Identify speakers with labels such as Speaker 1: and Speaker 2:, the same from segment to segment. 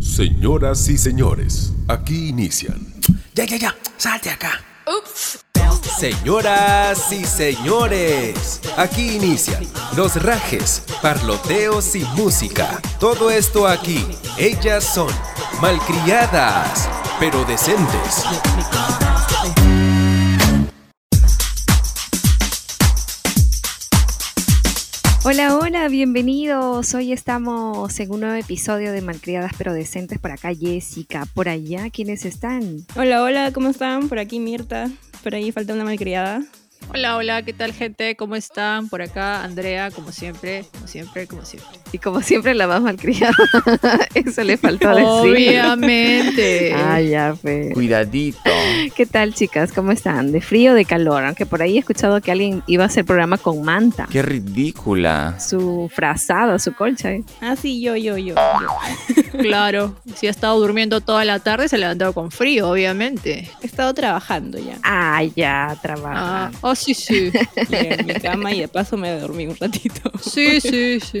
Speaker 1: Señoras y señores, aquí inician.
Speaker 2: Ya, ya, ya, salte acá.
Speaker 3: Ups.
Speaker 2: Señoras y señores, aquí inician los rajes, parloteos y música. Todo esto aquí. Ellas son malcriadas, pero decentes.
Speaker 3: Hola, hola, bienvenidos. Pues Hoy estamos en un nuevo episodio de Malcriadas pero Decentes. Por acá Jessica, por allá, ¿quiénes están?
Speaker 4: Hola, hola, ¿cómo están? Por aquí Mirta, por ahí falta una malcriada.
Speaker 5: Hola, hola, ¿qué tal gente? ¿Cómo están? Por acá Andrea, como siempre, como siempre, como siempre.
Speaker 3: Y como siempre la más malcriada. Eso le faltó decir.
Speaker 5: Obviamente.
Speaker 3: Ah, ya fue.
Speaker 6: Cuidadito.
Speaker 3: ¿Qué tal, chicas? ¿Cómo están? ¿De frío o de calor? Aunque por ahí he escuchado que alguien iba a hacer programa con manta.
Speaker 6: Qué ridícula.
Speaker 3: Su frazada, su colcha. ¿eh?
Speaker 4: Ah, sí, yo, yo, yo.
Speaker 5: Claro, si ha estado durmiendo toda la tarde, se ha levantado con frío, obviamente.
Speaker 4: He estado trabajando ya.
Speaker 3: Ah, ya,
Speaker 5: Ah,
Speaker 3: trabaja.
Speaker 5: oh, sí, sí.
Speaker 4: Llegué a mi cama y de paso me dormí un ratito.
Speaker 5: Sí, sí, sí.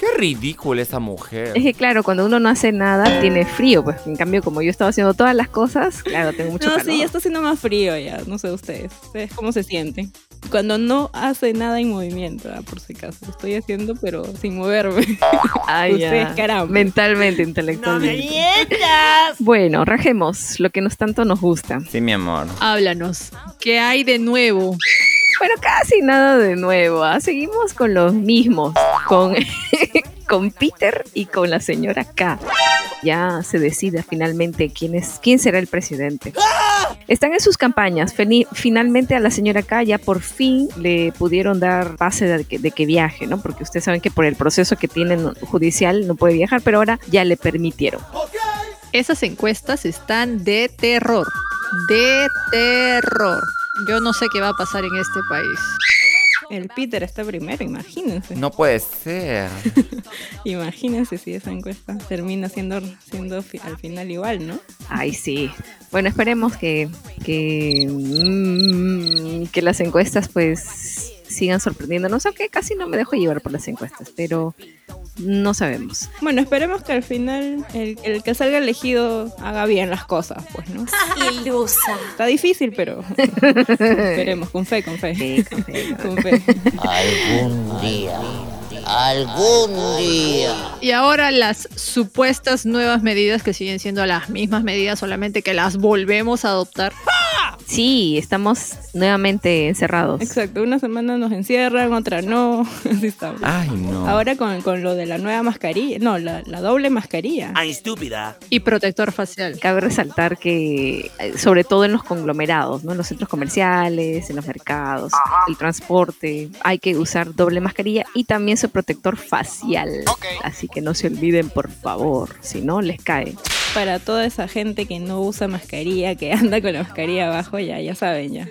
Speaker 6: Qué ridícula esa mujer.
Speaker 3: Es que claro, cuando uno no hace nada, tiene frío. Pues en cambio, como yo estaba haciendo todas las cosas, claro, tengo mucho
Speaker 4: no,
Speaker 3: calor.
Speaker 4: sí, ya está haciendo más frío ya. No sé ustedes. ¿Ustedes cómo se sienten? Cuando no hace nada en movimiento, ah, por si acaso. Lo estoy haciendo, pero sin moverme.
Speaker 3: Ay,
Speaker 4: Ustedes,
Speaker 3: Ah, ya.
Speaker 4: caramba.
Speaker 3: Mentalmente, intelectualmente. bueno, rajemos lo que nos tanto nos gusta.
Speaker 6: Sí, mi amor.
Speaker 5: Háblanos. ¿Qué hay de nuevo?
Speaker 3: Bueno, casi nada de nuevo. ¿ah? Seguimos con los mismos, con, con Peter y con la señora K. Ya se decide finalmente quién, es, quién será el presidente. Están en sus campañas. Feni- Finalmente a la señora K ya por fin le pudieron dar pase de que, de que viaje, ¿no? Porque ustedes saben que por el proceso que tienen judicial no puede viajar, pero ahora ya le permitieron.
Speaker 5: Esas encuestas están de terror. De terror. Yo no sé qué va a pasar en este país.
Speaker 4: El Peter está primero, imagínense.
Speaker 6: No puede ser.
Speaker 4: Imagínense si esa encuesta termina siendo, siendo fi- al final igual, ¿no?
Speaker 3: Ay, sí. Bueno, esperemos que, que, mm, que las encuestas pues sigan sorprendiéndonos, aunque casi no me dejo llevar por las encuestas, pero no sabemos.
Speaker 4: Bueno, esperemos que al final el, el que salga elegido haga bien las cosas, pues, ¿no?
Speaker 7: Ilusa.
Speaker 4: Está difícil, pero esperemos, con fe, con fe.
Speaker 3: Sí, con fe, ¿no?
Speaker 4: Con fe.
Speaker 8: Algún día. Algún día.
Speaker 5: Y ahora las supuestas nuevas medidas que siguen siendo las mismas medidas, solamente que las volvemos a adoptar.
Speaker 3: Sí, estamos nuevamente encerrados.
Speaker 4: Exacto, una semana nos encierran, otra no. Así estamos.
Speaker 3: Ah,
Speaker 6: Ay, no.
Speaker 4: Ahora con, con lo de la nueva mascarilla, no, la, la doble mascarilla.
Speaker 3: Ah.
Speaker 2: Ay, estúpida.
Speaker 5: Y protector facial.
Speaker 3: Cabe resaltar que, eh, sobre todo en los conglomerados, ¿no? en los centros comerciales, en los mercados, el transporte, hay que usar doble mascarilla y también su protector facial. Así que no se olviden, por favor, si no, les cae.
Speaker 4: Para toda esa gente que no usa mascarilla, que anda con la mascarilla abajo, ya, ya saben ya.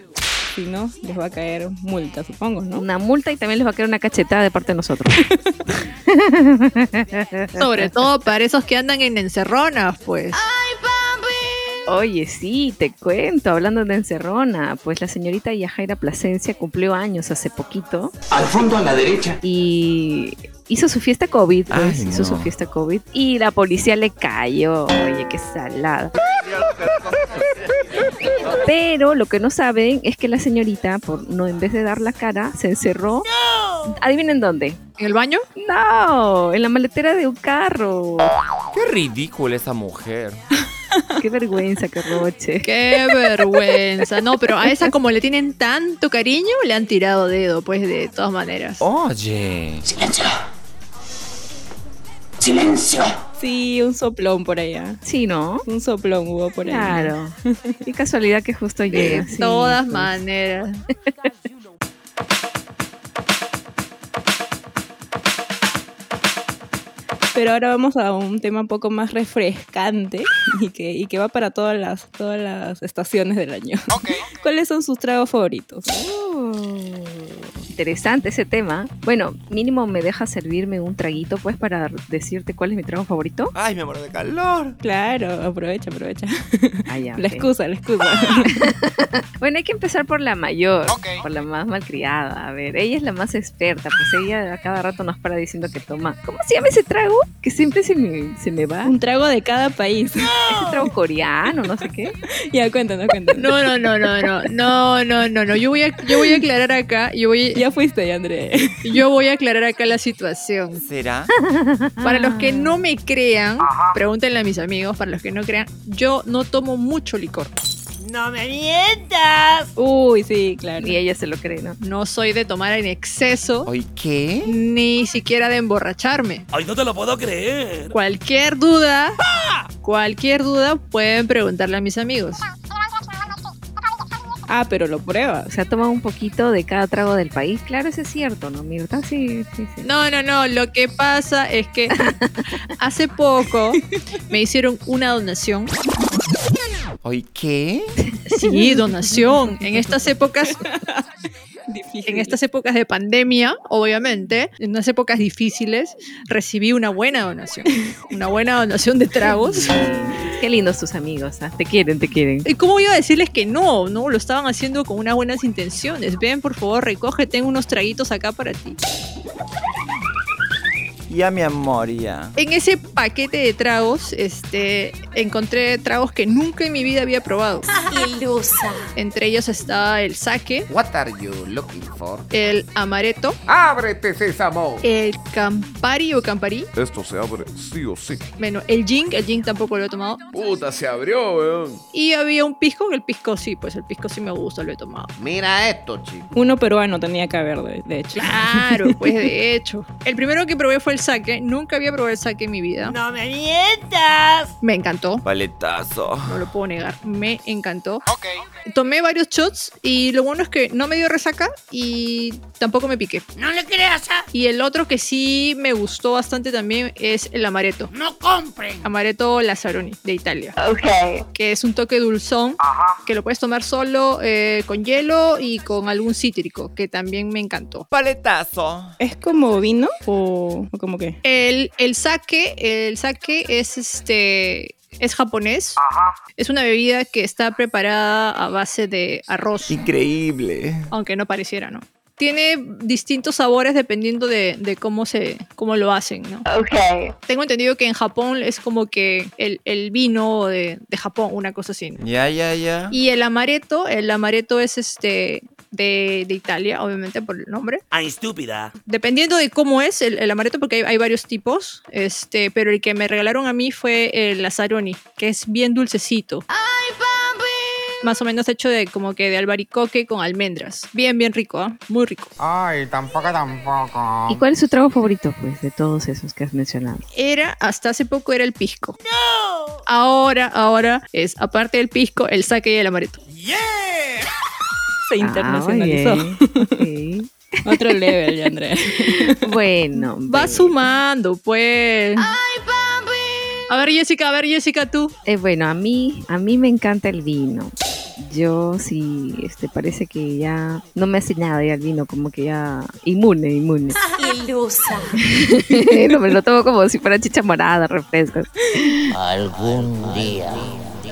Speaker 4: Si no, les va a caer multa, supongo, ¿no?
Speaker 3: una multa y también les va a caer una cachetada de parte de nosotros.
Speaker 5: Sobre todo para esos que andan en encerronas, pues.
Speaker 3: Oye, sí, te cuento, hablando de encerrona, pues la señorita Yajaira Plasencia cumplió años hace poquito
Speaker 8: Al fondo a la derecha.
Speaker 3: y hizo su fiesta COVID, pues,
Speaker 6: Ay,
Speaker 3: hizo
Speaker 6: no.
Speaker 3: su fiesta COVID y la policía le cayó. Oye, qué salada. Pero lo que no saben es que la señorita, por no en vez de dar la cara, se encerró. Adivinen dónde.
Speaker 5: ¿En el baño?
Speaker 3: No, en la maletera de un carro.
Speaker 6: Qué ridícula esa mujer.
Speaker 3: Qué vergüenza, qué roche.
Speaker 5: Qué vergüenza. No, pero a esa como le tienen tanto cariño, le han tirado dedo, pues de todas maneras.
Speaker 6: Oye.
Speaker 8: Silencio. Silencio.
Speaker 4: Sí, un soplón por allá.
Speaker 3: Sí, ¿no?
Speaker 4: Un soplón hubo por allá.
Speaker 3: Claro. Qué casualidad que justo llega.
Speaker 5: de
Speaker 3: sí,
Speaker 5: todas
Speaker 3: pues.
Speaker 5: maneras.
Speaker 4: Pero ahora vamos a un tema un poco más refrescante y que, y que va para todas las, todas las estaciones del año. ¿Cuáles son sus tragos favoritos?
Speaker 3: Oh. Interesante ese tema. Bueno, mínimo me deja servirme un traguito, pues, para decirte cuál es mi trago favorito.
Speaker 7: Ay, mi amor, de calor.
Speaker 4: Claro, aprovecha, aprovecha.
Speaker 3: Ah, ya,
Speaker 4: La
Speaker 3: ok.
Speaker 4: excusa, la excusa.
Speaker 3: Bueno, hay que empezar por la mayor,
Speaker 7: Ok.
Speaker 3: por la más malcriada. A ver, ella es la más experta, pues ella a cada rato nos para diciendo que toma. ¿Cómo se llama ese trago? Que siempre se me, se me va.
Speaker 4: Un trago de cada país.
Speaker 3: Ese trago coreano, no sé qué.
Speaker 4: ya, cuéntanos, cuéntanos.
Speaker 5: No, no, no, no, no, no, no, no, no. Yo voy a, yo voy a aclarar acá, yo voy,
Speaker 4: Ya fuiste, ya, André.
Speaker 5: yo voy a aclarar acá la situación.
Speaker 6: ¿Será?
Speaker 5: Para los que no me crean, pregúntenle a mis amigos, para los que no crean, yo no tomo mucho licor.
Speaker 7: No me mientas.
Speaker 4: Uy, sí, claro.
Speaker 3: Y ella se lo cree, ¿no?
Speaker 5: No soy de tomar en exceso,
Speaker 6: ¿Hoy qué?
Speaker 5: ni siquiera de emborracharme.
Speaker 7: Ay, no te lo puedo creer.
Speaker 5: Cualquier duda, cualquier duda pueden preguntarle a mis amigos.
Speaker 4: Ah, pero lo
Speaker 3: O
Speaker 4: pruebas.
Speaker 3: sea, toma un poquito de cada trago del país. Claro, eso es cierto, ¿no, Mirta? Sí, sí, sí.
Speaker 5: No, no, no, lo que pasa es que hace poco me hicieron una donación.
Speaker 6: ¿Hoy qué?
Speaker 5: Sí, donación. En estas épocas
Speaker 4: Difícil.
Speaker 5: en estas épocas de pandemia, obviamente, en unas épocas difíciles, recibí una buena donación. Una buena donación de tragos.
Speaker 3: Qué lindos tus amigos, ¿ah? Te quieren, te quieren.
Speaker 5: ¿Y cómo iba a decirles que no? No, lo estaban haciendo con unas buenas intenciones. Ven, por favor, recoge, tengo unos traguitos acá para ti.
Speaker 7: Ya, mi amor, ya.
Speaker 5: En ese paquete de tragos, este, encontré tragos que nunca en mi vida había probado.
Speaker 9: Ilusa.
Speaker 5: Entre ellos estaba el sake,
Speaker 8: What are you looking for?
Speaker 5: el amaretto,
Speaker 8: ¡Ábrete, sésamo!
Speaker 5: el campari o campari,
Speaker 1: Esto se abre sí o sí.
Speaker 5: bueno, el gin, el gin tampoco lo he tomado,
Speaker 1: Puta, se abrió, weón.
Speaker 5: Y había un pisco, que el pisco sí, pues el pisco sí me gusta, lo he tomado.
Speaker 8: Mira esto, chico.
Speaker 4: Uno peruano tenía que haber, de, de hecho.
Speaker 5: Claro, pues de hecho. El primero que probé fue el saque. Nunca había probado el saque en mi vida.
Speaker 7: No me mientas.
Speaker 5: Me encantó.
Speaker 7: Paletazo.
Speaker 5: No lo puedo negar. Me encantó.
Speaker 7: Ok.
Speaker 5: Tomé varios shots y lo bueno es que no me dio resaca y tampoco me piqué.
Speaker 8: No le creas, ah.
Speaker 5: Y el otro que sí me gustó bastante también es el amaretto.
Speaker 8: no compren.
Speaker 5: Amaretto Lazzaroni de Italia. Que es un toque dulzón que lo puedes tomar solo eh, con hielo y con algún cítrico, que también me encantó.
Speaker 7: Paletazo.
Speaker 4: ¿Es como vino o, o como qué?
Speaker 5: El, el sake, el sake es este es japonés. Es una bebida que está preparada a base de arroz,
Speaker 7: Increíble.
Speaker 5: aunque no pareciera, ¿no? Tiene distintos sabores dependiendo de, de cómo se cómo lo hacen, ¿no? Tengo entendido que en Japón es como que el, el vino de, de Japón, una cosa así. ¿no?
Speaker 7: Ya, ya, ya.
Speaker 5: Y el amaretto, el amaretto es este de, de Italia, obviamente por el nombre.
Speaker 2: Ay, estúpida.
Speaker 5: Dependiendo de cómo es el, el amaretto, porque hay, hay varios tipos, este, pero el que me regalaron a mí fue el Lazzaroni, que es bien dulcecito. Más o menos hecho de como que de albaricoque con almendras. Bien, bien rico, ¿ah? muy rico.
Speaker 10: Ay, tampoco, tampoco.
Speaker 3: ¿Y cuál es su trago favorito, pues, de todos esos que has mencionado?
Speaker 5: Era, hasta hace poco era el pisco. Ahora, ahora es, aparte del pisco, el saque y el amaretto.
Speaker 4: Se internacionalizó.
Speaker 3: Ah, muy bien.
Speaker 4: Otro level, ya, André.
Speaker 3: Ok. Bueno.
Speaker 5: Va
Speaker 3: ve.
Speaker 5: sumando, pues. A ver, Jessica, a ver, Jessica, tú.
Speaker 3: Eh, bueno, a mí, a mí me encanta el vino. Yo sí, este, parece que ya no me hace nada ya el vino, como que ya inmune, inmune.
Speaker 9: Ilusa.
Speaker 3: no me lo tomo como si fuera chicha morada, refrescos.
Speaker 8: Algún día.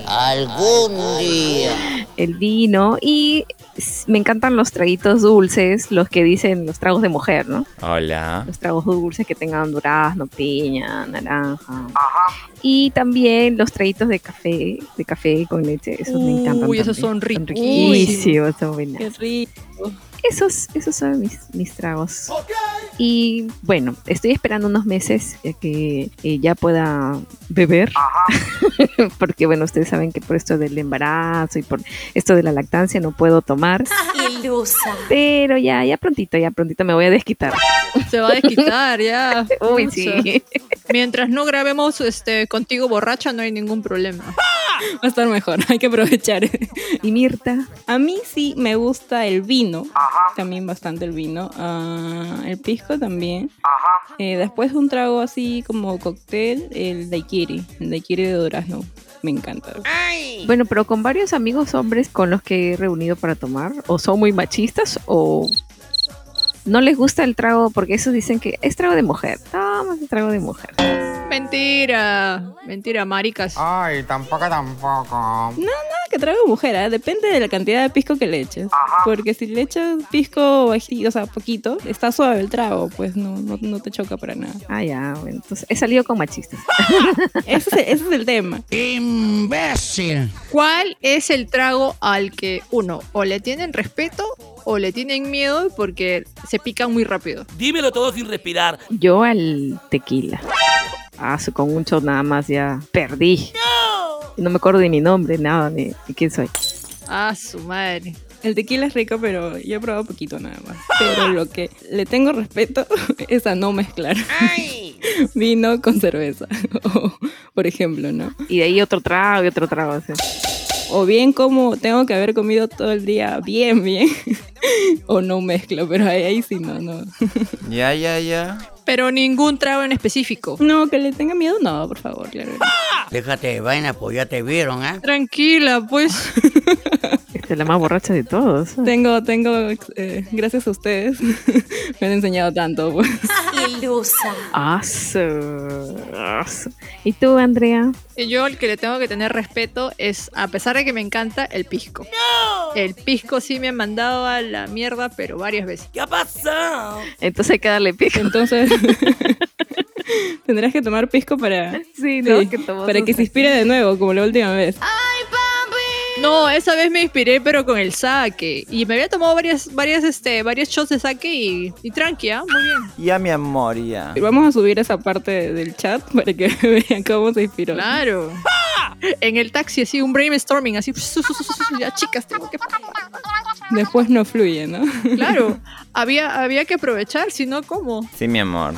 Speaker 8: Algún día.
Speaker 3: El vino y s- me encantan los traguitos dulces, los que dicen los tragos de mujer, ¿no?
Speaker 6: Hola.
Speaker 3: Los tragos dulces que tengan durazno, piña, naranja. Y también los traguitos de café, de café con leche, esos me encantan.
Speaker 5: Uy, esos
Speaker 3: también.
Speaker 5: son riquísimos.
Speaker 3: riquísimos. son buenas.
Speaker 4: Qué rico.
Speaker 3: Esos, esos son mis, mis tragos. Y bueno, estoy esperando unos meses a que eh, ya pueda beber. Porque bueno, ustedes saben que por esto del embarazo y por esto de la lactancia no puedo tomar.
Speaker 9: Ilusa.
Speaker 3: Pero ya, ya prontito, ya prontito me voy a desquitar.
Speaker 5: Se va a desquitar ya.
Speaker 3: Uy,
Speaker 5: Pucha.
Speaker 3: sí.
Speaker 5: Mientras no grabemos este, contigo borracha, no hay ningún problema.
Speaker 4: Va a estar mejor, hay que aprovechar.
Speaker 3: Y Mirta,
Speaker 4: A mí sí me gusta el vino, también bastante el vino, ah, el pisco también. Eh, después un trago así como cóctel, el daiquiri, el daiquiri de durazno, me encanta. Ah,
Speaker 3: bueno, pero con varios amigos hombres con los que he reunido para tomar, o son muy machistas o no les gusta el trago porque esos dicen que es trago de mujer. Toma el trago de mujer.
Speaker 5: Mentira, mentira, maricas.
Speaker 10: Ay, tampoco, tampoco.
Speaker 4: Nada que traigo mujer, ¿ah? depende de la cantidad de pisco que le eches. Porque si le echas pisco bajito, o sea, poquito, está suave el trago, pues no, no, no te choca para nada.
Speaker 3: Ah, ya, bueno, entonces he salido con machistas.
Speaker 4: Ese es, ese es el tema.
Speaker 5: ¡Imbécil! ¿Cuál es el trago al que uno o le tienen respeto o le tienen miedo porque se pican muy rápido?
Speaker 11: Dímelo todo sin respirar.
Speaker 3: Yo al tequila. Ah, su- con un shot nada más ya perdí. No me acuerdo de mi nombre, nada, ni, ni quién soy.
Speaker 5: Ah, su madre.
Speaker 4: El tequila es rico, pero yo he probado poquito nada más. Pero lo que le tengo respeto es a no mezclar vino con cerveza, o, por ejemplo, ¿no?
Speaker 3: Y de ahí otro trago y otro trago. así.
Speaker 4: O bien como tengo que haber comido todo el día bien, bien, o no mezclo, pero ahí, ahí sí no, no.
Speaker 6: Ya, ya, ya.
Speaker 5: Pero ningún trago en específico.
Speaker 4: No, que le tenga miedo, no, por favor, claro. que no.
Speaker 12: Déjate de vaina, pues ya te vieron, ¿ah?
Speaker 5: Tranquila, pues.
Speaker 3: Esta es este, la más borracha de todos.
Speaker 4: Tengo, tengo, eh, gracias a ustedes, me han enseñado tanto. pues.
Speaker 9: Ilusa.
Speaker 3: Ah, su- ah, su- ¿Y tú, Andrea?
Speaker 5: Y Yo el que le tengo que tener respeto es, a pesar de que me encanta, el pisco. El pisco sí me ha mandado a la mierda, pero varias veces.
Speaker 11: ¿Qué ha pasado?
Speaker 3: Entonces hay que darle pico.
Speaker 4: Entonces, Tendrás que tomar pisco para,
Speaker 3: Sí,
Speaker 4: sí,
Speaker 3: ¿no? Que tomamos
Speaker 4: para que
Speaker 3: un-
Speaker 4: se inspire de nuevo, como la última vez.
Speaker 5: No, esa vez me inspiré, pero con el saque. Y me había tomado varias, varias, este, varias shots de saque y, y tranqui, ¿ah? Muy bien.
Speaker 7: Ya, mi amor, ya.
Speaker 4: Vamos a subir esa parte del chat para que vean cómo se inspiró.
Speaker 5: Claro. ¡Ah! En el taxi, así, un brainstorming, así. Ya, chicas, tengo que.
Speaker 4: Después no fluye, ¿no?
Speaker 5: Claro, había, había que aprovechar, si no, ¿cómo?
Speaker 7: Sí, mi amor.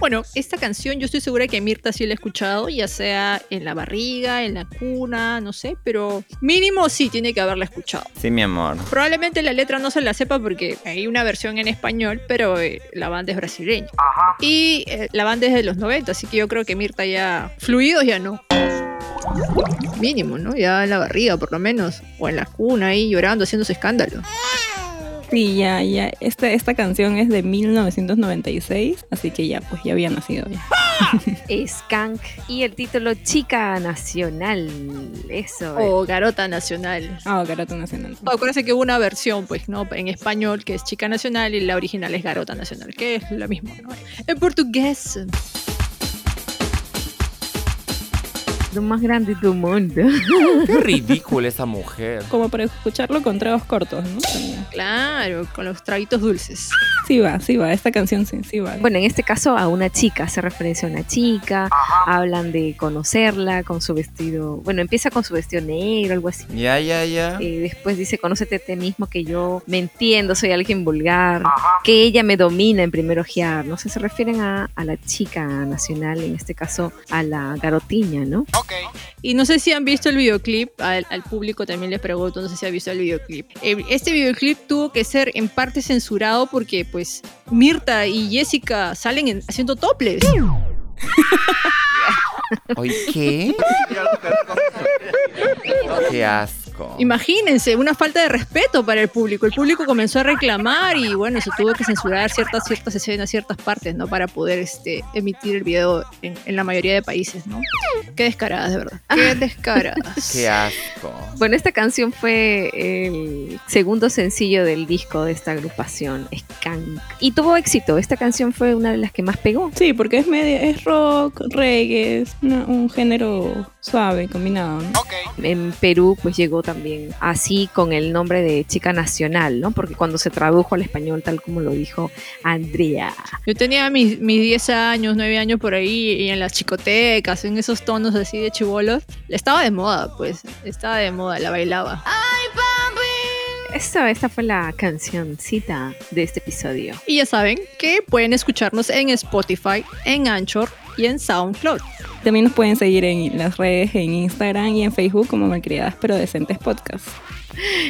Speaker 5: Bueno, esta canción yo estoy segura que Mirta sí la ha escuchado, ya sea en la barriga, en la cuna, no sé, pero mínimo sí tiene que haberla escuchado.
Speaker 7: Sí, mi amor.
Speaker 5: Probablemente la letra no se la sepa porque hay una versión en español, pero eh, la banda es brasileña. Y eh, la banda es de los 90, así que yo creo que Mirta ya... Fluidos ya no. Mínimo, ¿no? Ya en la barriga por lo menos, o en la cuna ahí llorando, haciéndose escándalo.
Speaker 4: Sí, ya, ya. Esta, esta canción es de 1996, así que ya, pues ya había nacido ya.
Speaker 3: Skank y el título Chica Nacional. Eso.
Speaker 4: Oh.
Speaker 5: O Garota Nacional.
Speaker 4: Ah, Garota Nacional.
Speaker 5: Acuérdense que hubo una versión, pues, ¿no? En español, que es Chica Nacional, y la original es Garota Nacional, que es la misma, ¿no? En portugués.
Speaker 3: Lo más grande del mundo.
Speaker 7: Qué ridícula esa mujer.
Speaker 4: Como para escucharlo con tragos cortos, ¿no? También.
Speaker 5: Claro, con los traguitos dulces.
Speaker 4: Sí va, sí va. Esta canción sí, sí va.
Speaker 3: Bueno, en este caso a una chica, hace referencia a una chica, hablan de conocerla con su vestido, bueno, empieza con su vestido negro, algo así.
Speaker 7: Ya, ya, ya.
Speaker 3: Eh, después dice, conócete a ti mismo, que yo me entiendo, soy alguien vulgar, que ella me domina en primer ojear. No sé, se refieren a, a la chica nacional, en este caso a la garotiña, ¿no?
Speaker 5: Y no sé si han visto el videoclip, al, al público también les pregunto, no sé si han visto el videoclip. Eh, Este videoclip tuvo que ser en parte censurado porque, pues, Mirta y Jessica salen en- haciendo toples.
Speaker 6: ¿Oy qué?
Speaker 7: Qué asco.
Speaker 5: Imagínense, una falta de respeto para el público. El público comenzó a reclamar y bueno, se tuvo que censurar ciertas, ciertas escenas, ciertas partes, ¿no? Para poder este, emitir el video en, en la mayoría de países, ¿no? Qué descaradas, de verdad. Qué descaradas.
Speaker 7: Qué asco.
Speaker 3: Bueno, esta canción fue el segundo sencillo del disco de esta agrupación, Skank. Y tuvo éxito, esta canción fue una de las que más pegó.
Speaker 4: Sí, porque es medio, es rock, reggae, es una- un género suave, combinado, ¿no?
Speaker 3: En Perú pues llegó también así con el nombre de Chica Nacional, ¿no? Porque cuando se tradujo al español tal como lo dijo Andrea.
Speaker 5: Yo tenía mis, mis 10 años, 9 años por ahí y en las chicotecas, en esos tonos así de chivolos, estaba de moda, pues, estaba de moda, la bailaba.
Speaker 3: Esta, esta fue la cancioncita de este episodio.
Speaker 5: Y ya saben que pueden escucharnos en Spotify, en Anchor y en SoundCloud.
Speaker 4: También nos pueden seguir en las redes, en Instagram y en Facebook como Malcriadas pero Decentes Podcast.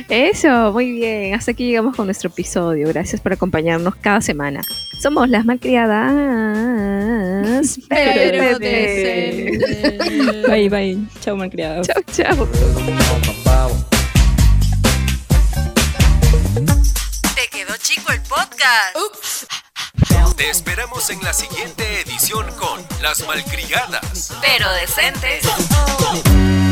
Speaker 3: Eso, muy bien. Hasta aquí llegamos con nuestro episodio. Gracias por acompañarnos cada semana. Somos las malcriadas.
Speaker 4: Pero decentes. Bye, bye. Chao, malcriados.
Speaker 3: Chao, chao.
Speaker 13: Te quedó chico el podcast. Ups.
Speaker 2: Te esperamos en la siguiente edición con Las Malcriadas.
Speaker 13: Pero decentes.